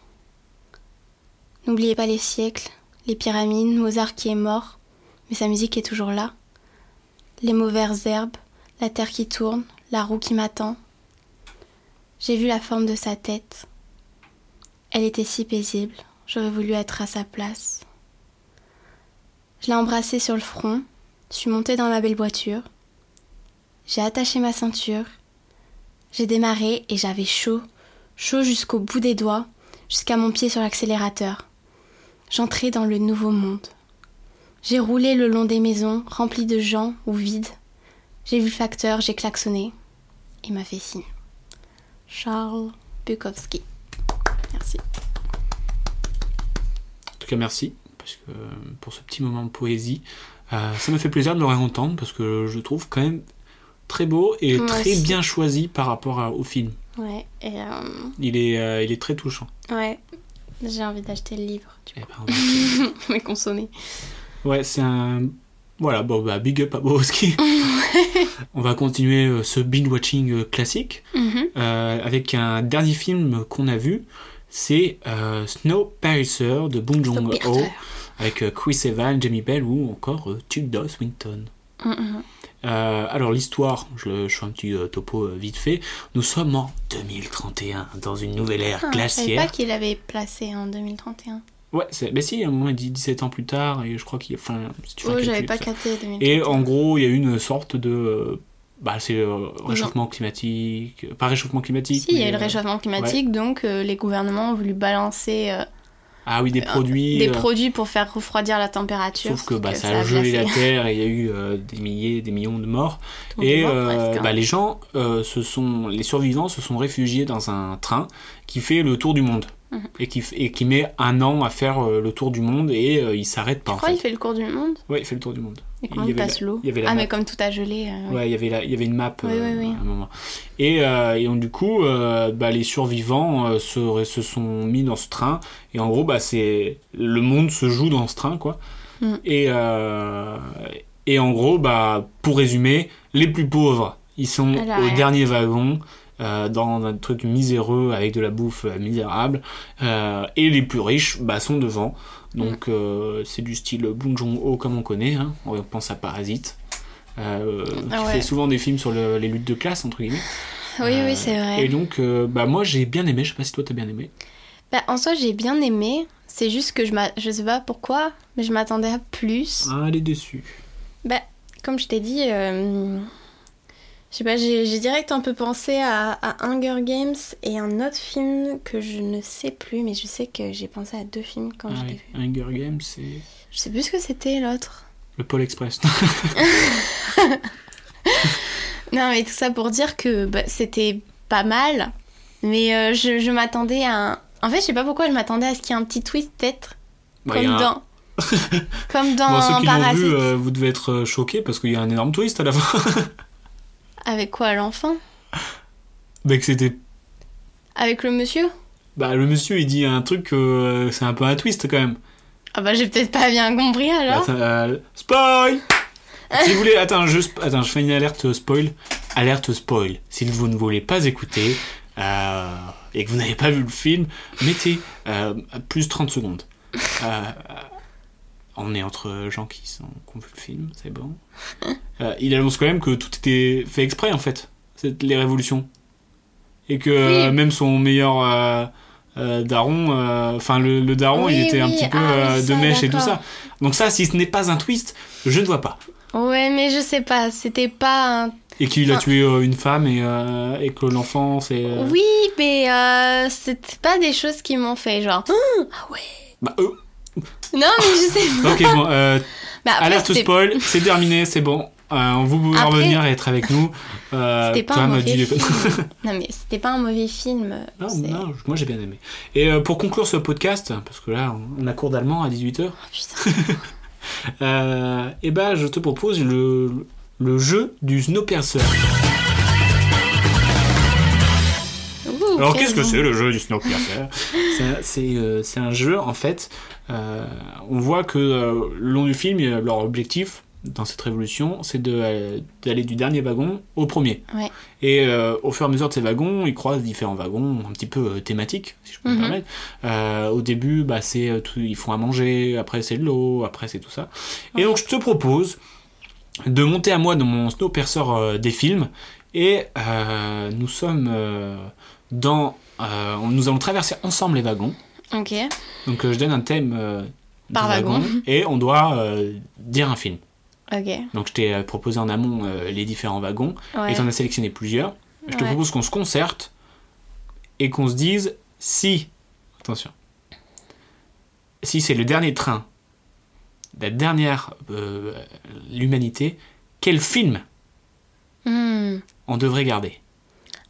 N'oubliez pas les siècles, les pyramides, Mozart qui est mort, mais sa musique est toujours là. Les mauvaises herbes, la terre qui tourne, la roue qui m'attend. J'ai vu la forme de sa tête. Elle était si paisible, j'aurais voulu être à sa place. Je l'ai embrassée sur le front, je suis montée dans ma belle voiture. J'ai attaché ma ceinture. J'ai démarré et j'avais chaud, chaud jusqu'au bout des doigts, jusqu'à mon pied sur l'accélérateur. J'entrais dans le nouveau monde. J'ai roulé le long des maisons, remplies de gens ou vides. J'ai vu le facteur, j'ai klaxonné. Il m'a fait signe. Charles Bukowski. Merci.
En tout cas, merci parce que, euh, pour ce petit moment de poésie. Euh, ça me fait plaisir de le réentendre parce que je le trouve quand même très beau et
Moi
très
aussi.
bien choisi par rapport à- au film.
Ouais, et euh,
Il est, euh, il est très touchant.
ouais, j'ai envie d'acheter le livre, du
Eh ben,
coup, mais consommer.
Ouais, c'est un. Voilà, bon, bah, big up à Borowski. On va continuer euh, ce binge-watching euh, classique euh, avec un dernier film qu'on a vu. C'est euh, Snow Pacer de Bong Joon-ho
Snowpiercer.
avec euh, Chris Evans, Jamie Bell ou encore euh, Tilda Swinton.
Ah,
Euh, alors l'histoire, je, je fais un petit euh, topo euh, vite fait. Nous sommes en 2031 dans une nouvelle ère
Ah, je savais
glaciaire.
pas qu'il l'avait placé en 2031.
Ouais, c'est... ben si, à un moment il dit 17 ans plus tard et je crois qu'il... Enfin, si tu fais un
Oh,
calcul,
j'avais pas
ça.
capté 2031.
Et en gros, il y a eu une sorte de. euh, Bah, c'est euh, réchauffement climatique. Pas réchauffement climatique.
Si, il y a
mais,
eu le
euh,
réchauffement climatique, donc euh, les gouvernements ont voulu balancer euh,
Ah oui, des produits.
des
euh,
produits pour faire refroidir la température.
Sauf que bah, ça
a
a gelé la
glacé
terre et il y a eu euh, des milliers, des millions de morts.
tout le
Et
monde,
euh,
presque, hein.
bah, les gens, euh, se sont, les survivants se sont réfugiés dans un train qui fait le tour du monde.
Mhm.
et, qui, f- et qui met un an à faire euh, le tour du monde et euh, il s'arrête pas.
Je
en
crois
fait.
qu'il fait le cours du monde.
Ouais, il fait le tour du monde.
Et comment
il y
il
avait
passe
la-
l'eau
il y avait la
Ah,
map.
mais comme tout a gelé. euh,
Ouais, il y avait la- il y avait une map
Oui,
euh,
oui, oui.
à un moment. Et, euh, et donc du coup, euh, bah, les survivants euh, se, se sont mis dans ce train et en gros, bah, c'est le monde se joue dans ce train quoi.
Mm.
Et euh, et en gros, bah, pour résumer, les plus pauvres, ils sont
Alors,
au
Ah ouais.
dernier wagon. euh, dans un truc miséreux avec de la bouffe euh, misérable Euh, et les plus riches bah, sont devant donc
Mm.
euh, c'est du style Bong Joon-ho comme on connaît hein. on pense à Parasite euh,
Ah
qui
ouais.
fait souvent des films sur le- les luttes de classe entre guillemets.
Oui,
Euh,
oui, c'est vrai.
Et donc, euh, bah moi j'ai bien aimé. Je sais pas si toi t'as bien aimé.
Bah, en soi, j'ai bien aimé. C'est juste que je, m'a- je sais pas pourquoi, mais je m'attendais à plus.
Ah, elle est déçue.
Bah, comme je t'ai dit, euh, je sais pas, j'ai j'ai direct un peu pensé à, à Hunger Games et un autre film que je ne sais plus, mais je sais que j'ai pensé à deux films quand je
Ah
l'ai
ouais.
vu.
Hunger Games, c'est
Je sais plus ce que c'était l'autre.
le Pôle Express.
Non, mais tout ça pour dire que bah, c'était pas mal, mais euh, je, je m'attendais à un. En fait, je sais pas pourquoi je m'attendais à ce qu'il y ait un petit twist, peut-être.
Bah, il y
comme,
a un-
dans... comme dans.
Bon, ceux qui l'ont
Parasite.
vu, euh, vous devez être euh, choqués parce qu'il y a un énorme twist à la fin.
Avec quoi, l'enfant
bah, que c'était.
Avec le monsieur
Bah, le monsieur il dit un truc, euh, c'est un peu un twist quand même.
Ah bah j'ai peut-être pas bien compris alors.
Attends, euh, spoil Si vous voulez, attends je, sp- attends, je fais une alerte spoil. Alerte spoil. Si vous ne voulez pas écouter euh, et que vous n'avez pas vu le film, mettez euh, plus 30 secondes. Euh, on est entre gens qui, sont, qui ont vu le film, c'est bon. Euh, il annonce quand même que tout était fait exprès en fait, C'est les révolutions. Et que euh, même son meilleur euh, euh, daron, euh, enfin le, le daron,
Oui,
il était un
oui,
petit peu
ah oui,
euh, de
ça,
mèche et tout
d'accord.
ça. Donc ça, si ce n'est pas un twist, je ne vois pas.
Ouais mais je sais pas, c'était pas un...
Et qu'il a
Enfin-
tué euh, une femme et, euh, et que l'enfant, c'est... euh,
Oui mais euh, c'était pas des choses qui m'ont fait genre...
Hein
Hum
Bah, euh,
Non mais je sais pas.
ok, bon, euh,
Bah, après,
alerte
c'était-
spoil, c'est terminé, c'est bon. Euh, vous pouvez
Après-
revenir et être avec nous. Euh,
C'était pas
quand
un
même,
mauvais
dis-
film. Non mais c'était pas un mauvais film.
Non,
c'est-
Ah, non, moi j'ai bien aimé. Et euh, pour conclure ce podcast, parce que là on a cours d'allemand à 18h,
Oh, putain.
euh, eh ben, je te propose le, le jeu du Snowpiercer.
Ouh,
Alors
quel
qu'est-ce que
bon.
c'est le jeu du Snowpiercer C'est- C'est euh, c'est un jeu en fait. euh, on voit que euh, le long du film, euh, leur objectif dans cette révolution, c'est de, euh, d'aller du dernier wagon au premier.
Ouais.
Et euh, au fur et à mesure de ces wagons, ils croisent différents wagons un petit peu euh, thématiques, si je peux me
Mhm.
permettre. Euh, au début, bah, c'est euh, tout, ils font à manger, après c'est de l'eau, après c'est tout ça. Et donc je te propose de monter à moi dans mon Snowpiercer euh, des films. Et euh, nous sommes euh, dans. euh, nous allons traverser ensemble les wagons.
Ok.
Donc euh, je donne un thème euh, du
Par wagon.
Et on doit euh, dire un film.
Ok.
Donc je t'ai euh, proposé en amont euh, les différents wagons.
Ouais.
Et tu en as sélectionné plusieurs. Je te
Ouais.
propose qu'on se concerte et qu'on se dise si. Attention. Si c'est le dernier train, la dernière. euh, l'humanité, quel film
Hmm.
on devrait garder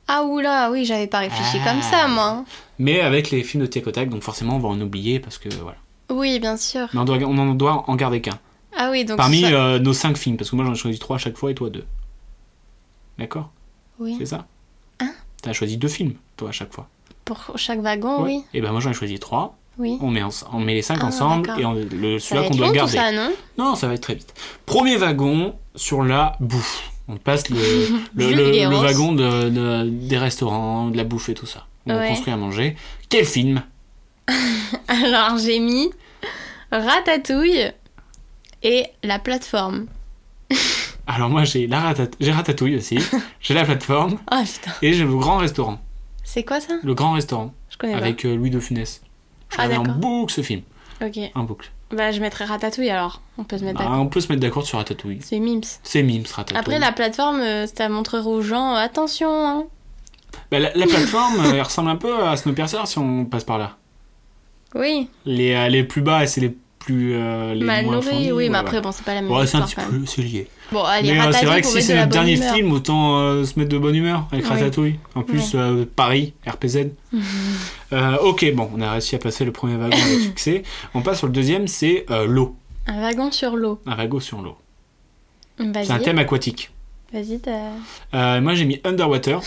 Ah oula oui j'avais pas réfléchi
Ah.
comme ça moi.
Mais avec les films de Tic au Tac, donc forcément on va en oublier parce que voilà.
Oui bien sûr.
Mais on, doit, on en doit en garder qu'un.
Ah oui donc...
Parmi
ça-
euh, nos cinq films, parce que moi j'en ai choisi trois à chaque fois et toi deux. D'accord
Oui.
C'est ça T'as choisi deux films, toi à chaque fois.
Pour chaque wagon Oh, oui.
Et ben moi j'en ai choisi trois.
Oui.
On met, ense- on met les cinq
Ah,
ensemble
d'accord.
et on, le,
Ça
celui-là
va être
qu'on doit
long, tout
garder.
ça non
Non, ça va être très vite. Premier wagon sur la bouffe. On passe le, le, le-
Vulgaire.
le wagon de- de- des restaurants, de la bouffe et tout ça. On
Ouais.
construit à manger. Quel film
Alors j'ai mis Ratatouille et la plateforme.
Alors moi j'ai la ratat- j'ai ratatouille aussi, j'ai la plateforme
Oh putain,
et j'ai le grand restaurant,
c'est quoi ça
le grand restaurant
Je connais
avec euh, Louis de Funès. Je
Eh ben. Ah,
regardais en
d'accord.
boucle ce film,
pas. Ok,
en boucle.
bah je mettrai Ratatouille alors. On peut se mettre
Ah,
Eh, d'accord.
on peut se mettre d'accord sur Ah. ratatouille.
C'est Mims.
C'est Mims ratatouille.
Après la plateforme, euh, ça montrera aux gens euh, attention. hein.
Bah, la, la plateforme euh, elle ressemble un peu à Snowpiercer si on passe par là.
Oui,
Les, euh, les plus bas c'est les plus euh, les
Mal
moins
nourri,
fournis,
oui, mais
voilà.
après, bon, c'est pas la même
Ouais, c'est un
histoire
petit
quand même.
peu c'est lié.
Bon, allez,
Mais euh, c'est
Ratatouille
vrai que
pour
si
mettre de
c'est
la
notre
bonne
dernier
humeur.
film, autant euh, se mettre de bonne humeur avec
Oui.
Ratatouille. En plus, euh, Paris, Paris, Euh, ok, bon, on a réussi à passer le premier wagon avec succès. On passe sur le deuxième, c'est euh, l'eau.
Un wagon sur l'eau.
Un wagon sur l'eau. C'est un
Vas-y,
thème aquatique.
vas-y, t'as...
Euh, moi, j'ai mis Underwater.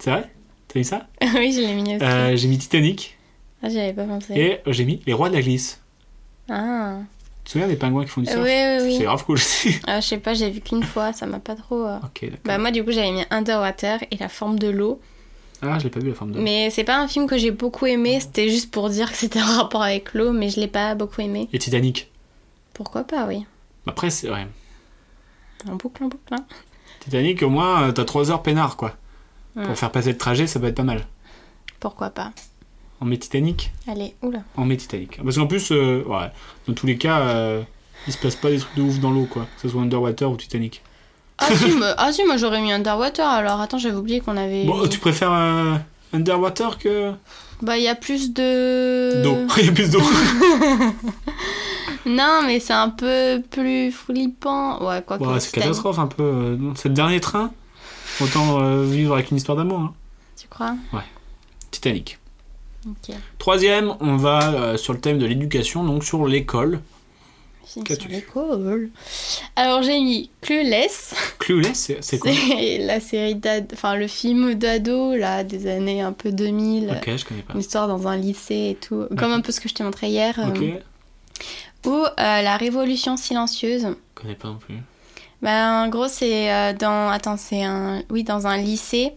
C'est vrai T'as mis ça
oui, je l'ai mis aussi.
Euh, J'ai mis Titanic.
Ah, j'y avais pas pensé.
Et euh, j'ai mis Les Rois de la Glisse.
Ah,
Tu te souviens des pingouins qui font du
oui,
surf
oui,
C'est
oui.
grave cool aussi.
Ah, je sais pas, j'ai vu qu'une fois, ça m'a pas trop... euh.
ok, d'accord.
Bah moi du coup j'avais mis Underwater et la forme de l'eau.
Ah, je l'ai pas vu la forme de.
Mais c'est pas un film que j'ai beaucoup aimé, c'était juste pour dire que c'était un rapport avec l'eau, mais je l'ai pas beaucoup aimé.
Et Titanic. Bah,
Pourquoi pas, oui.
Après, c'est ouais.
En boucle, en boucle. hein.
Titanic, au moins, euh, t'as 3 heures peinard, quoi.
Ouais.
Pour faire passer le trajet, ça peut être pas mal.
Pourquoi pas.
On met Titanic
Allez, oula.
On met Titanic. Parce qu'en plus, euh, ouais, dans tous les cas, euh, il se passe pas des trucs de ouf dans l'eau, quoi. Que ce soit Underwater ou Titanic.
Ah si, mais- ah, si, moi j'aurais mis Underwater alors. Attends, j'avais oublié qu'on avait...
Bon, tu préfères euh, Underwater que.
Bah il y a plus de...
D'eau. il y a plus d'eau.
Non, mais c'est un peu plus flippant. Ouais, quoi que...
Bon, c'est
Titanic,
catastrophe, un peu. euh, non, c'est le dernier train. Autant euh, vivre avec une histoire d'amour. hein.
Tu crois
Titanic.
Ok.
Troisième, on va euh, sur le thème de l'éducation, donc sur l'école.
Film
Qu'as-tu
sur l'école. Alors j'ai mis Clueless.
Clueless, c'est- c'est quoi
C'est la série d'ado, enfin le film d'ado là des années un peu 2000.
Ok, je connais pas.
Une histoire dans un lycée et tout, comme un peu ce que je t'ai montré hier, euh,
Mhm. Ok, je
ou euh, la révolution silencieuse.
connais pas non plus.
Ben, en gros, c'est euh, dans, attends, c'est un, oui, dans un lycée.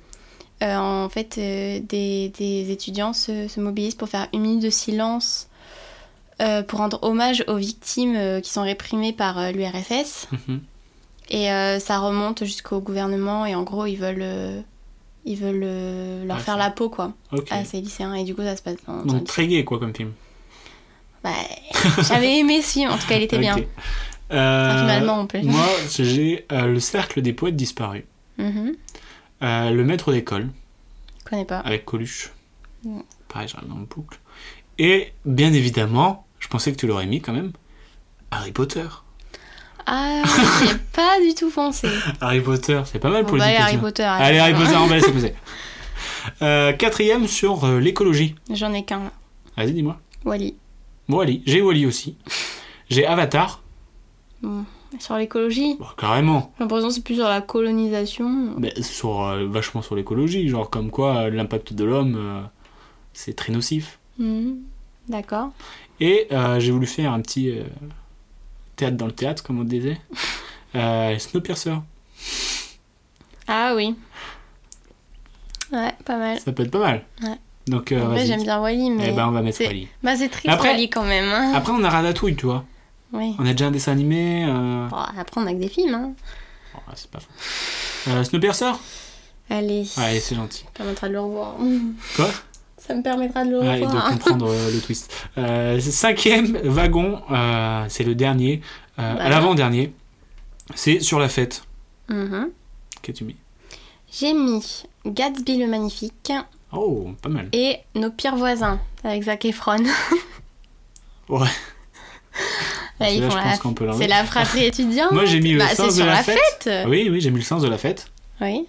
Euh, en fait, euh, des, des étudiants se, se mobilisent pour faire une minute de silence euh, pour rendre hommage aux victimes euh, qui sont réprimées par euh, l'URSS.
Mhm.
Et euh, ça remonte jusqu'au gouvernement et en gros, ils veulent, euh, ils veulent euh, leur
Ah,
faire
ça.
la peau, quoi,
Ok.
à ces lycéens. Et du coup, ça se passe dans... dans
donc très gay, quoi, comme film.
Bah, j'avais aimé ce film, en tout cas, il était bien.
Ok.
C'est un film
Euh,
allemand, en plus.
moi, j'ai euh, Le Cercle des Poètes Disparus.
Mhm.
Euh, le Maître d'école,
Je connais pas.
avec Coluche.
Ouais.
Pareil, je regarde dans le boucle. Et bien évidemment, je pensais que tu l'aurais mis quand même. Harry Potter.
Ah, oui, j'ai pas du tout pensé.
Harry Potter, c'est pas mal
Bon,
pour
bah, allez, Harry
l'éducation.
Potter.
Allez, Harry
attends.
Potter, on va laisser poser. Euh, quatrième sur euh, l'écologie.
J'en ai qu'un là.
Vas-y, dis-moi.
Wally.
Wally, j'ai Wally aussi. J'ai Avatar.
Sur l'écologie
Bon, carrément.
J'ai l'impression que c'est plus sur la colonisation.
Mais c'est sur, euh, vachement sur l'écologie, genre comme quoi euh, l'impact de l'homme, euh, c'est très nocif.
Mhm. D'accord.
Et euh, j'ai voulu faire un petit euh, théâtre dans le théâtre, comme on disait. Euh, Snowpiercer,
Ah oui. Ouais, pas mal.
ça peut être pas mal.
Ouais.
Donc, euh,
en vrai,
vas-y.
j'aime bien Wally, mais.
Eh ben, on va mettre
c'est-
Wally.
Bah, c'est triste
Après-
Wally quand même. Hein.
Après, on a Ratatouille, tu vois.
Oui.
On a déjà un dessin animé. euh,
Bon, après, on a que des films. Hein.
oh, c'est pas fou. Euh, Snowpiercer
Allez.
Ouais, c'est gentil.
Ça me permettra de le revoir.
Quoi
Ça me permettra de le
Ouais, et
revoir.
de comprendre euh, le twist. Euh, cinquième wagon, euh, c'est le dernier, euh,
Bah.
à l'avant-dernier. C'est sur la fête.
Mhm.
Qu'as-tu mis
J'ai mis Gatsby le Magnifique
Oh, pas mal.
et Nos pires voisins avec Zac Efron.
Ouais.
Là, Bah, ils
Celui-là,
font
je
la-
pense qu'on peut l'enlever.
C'est la fratrie étudiante.
Moi, j'ai mis le
bah,
sens
c'est
de
sur
la
la
fête. Ah
fête.
Oui, oui, j'ai mis le sens de la fête.
Oui,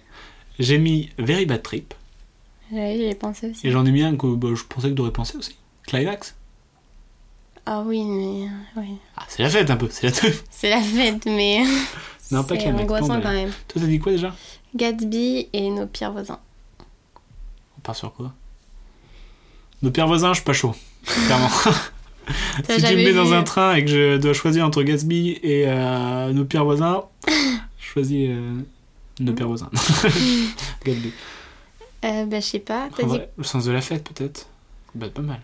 J'ai mis Very Bad Trip.
j'avais- j'y ai pensé aussi.
Et j'en ai mis un que bah, je pensais que t'aurais pensé aussi. Climax.
Ah oui, mais euh, oui.
Ah, c'est la fête un peu, c'est la teuf.
c'est la fête, mais
Non, pas
c'est
Climax.
angoissant
pardon.
quand même.
Toi, t'as dit quoi déjà
Gatsby et nos pires voisins.
On part sur quoi Nos pires voisins, je suis pas chaud. Clairement.
T'as
si Ah, tu me
jamais
mets dans
vu- euh,
un train et que je dois choisir entre Gatsby et euh, nos pires voisins, je choisis euh, nos pires voisins. Gatsby.
Euh, bah, je sais pas. T'as
En
dit
vrai, le sens de la fête, peut-être Bah, pas mal.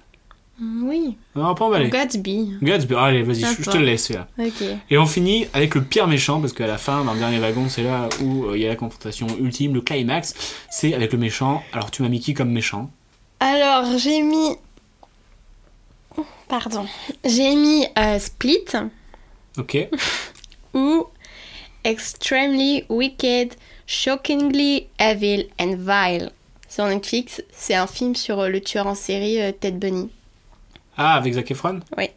Mm, oui.
Non, on peut emballer.
Gatsby.
Gatsby, allez, vas-y, je, je te
D'accord.
le laisse. Là.
Ok.
Et on finit avec le pire méchant, parce qu'à la fin, dans le dernier wagon, c'est là où euh, il y a la confrontation ultime, le climax. C'est avec le méchant. Alors, tu m'as mis qui comme méchant
Alors j'ai mis. Pardon. J'ai mis euh, Split
Ok.
ou Extremely Wicked, Shockingly Evil and Vile. Sur Netflix, c'est un film sur euh, le tueur en série euh, Ted Bundy.
Ah, avec Zac Efron
Oui.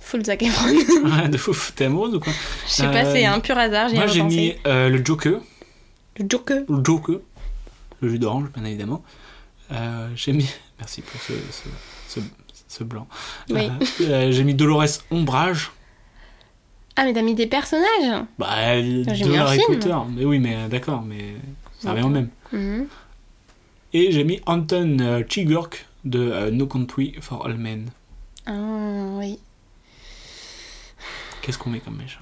Full Zac Efron.
de fou, t'es amoureuse ou quoi
Je sais pas, c'est
Euh,
un pur hasard, j'y ai
Moi j'ai
repensé.
mis euh, le Joker,
Le Joker.
le Joker, le jus d'orange bien évidemment. Euh, j'ai mis, merci pour ce, ce, ce, ce blanc.
Oui.
Euh, euh, j'ai mis Dolores Ombrage.
Ah, mais t'as mis des personnages
Bah, euh,
Ah, J'ai
de
mis un
Harry
film.
Potter. Mais oui, mais euh, d'accord, mais ça revient au
D'accord.
même.
Mhm.
Et j'ai mis Anton euh, Chigurh de euh, No Country for All Men.
Ah, oui.
Qu'est-ce qu'on met comme méchant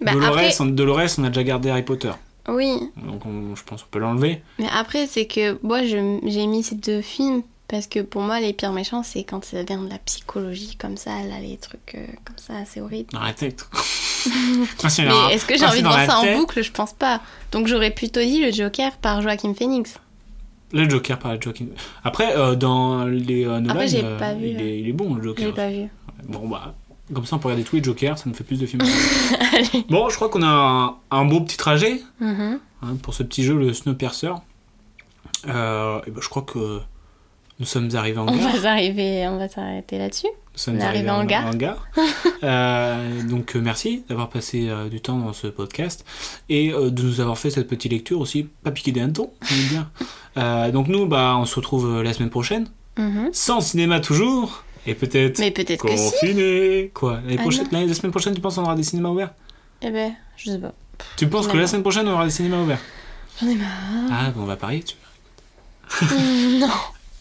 Bah,
Dolores,
après,
on, Dolores, on a déjà gardé Harry Potter.
oui.
Donc on- je pense qu'on peut l'enlever.
Mais après, c'est que moi, je- j'ai mis ces deux films parce que pour moi, les pires méchants, c'est quand ça vient de la psychologie, comme ça, là, les trucs euh, comme ça, c'est horrible.
Dans la tête. Ah, c'est dans la-
Mais est-ce que j'ai
ah,
envie
c'est
de
dans la
voir ça en
tête.
boucle Je pense pas. Donc j'aurais plutôt dit le Joker par Joaquin Phoenix.
Le Joker, pas le Joaquin. Après, euh, dans les euh, Nolan,
Après, j'ai
euh,
pas vu,
il,
hein.
est, il est bon le
J'ai
Joker.
pas vu.
Bon bah, comme ça on peut regarder tous les Jokers, ça nous fait plus de films. bon, je crois qu'on a un, un beau petit trajet
Mhm.
hein, pour ce petit jeu, le Snowpiercer. Euh, et ben, je crois que nous sommes arrivés en
On
gare.
va s'arriver, on va s'arrêter là-dessus.
Nous sommes
on est arrivés en gare.
Euh, donc euh, merci d'avoir passé euh, du temps dans ce podcast et euh, de nous avoir fait cette petite lecture aussi, pas piqué des hannetons, on aime bien. Euh, donc nous, bah, on se retrouve euh, la semaine prochaine,
Mhm.
sans cinéma toujours, et peut-être
Mais peut-être que si.
confiné. Quoi l'année
Ah
prochaine,
non.
l'année- La semaine prochaine, tu penses qu'on aura des cinémas ouverts
Eh ben, je sais pas.
Tu penses que
Non.
la semaine prochaine, on aura des cinémas ouverts
J'en ai marre.
Ah, bon, on va parier, tu
non.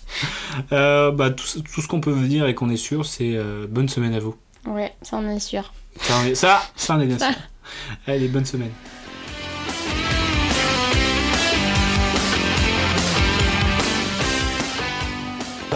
euh, bah, tout, ce- tout ce qu'on peut vous dire et qu'on est sûr, c'est euh, bonne semaine à vous.
Ouais, ça on est sûr.
Ça, on est- ça, ça, on est bien
Ça.
sûr. Allez, bonne semaine.
Je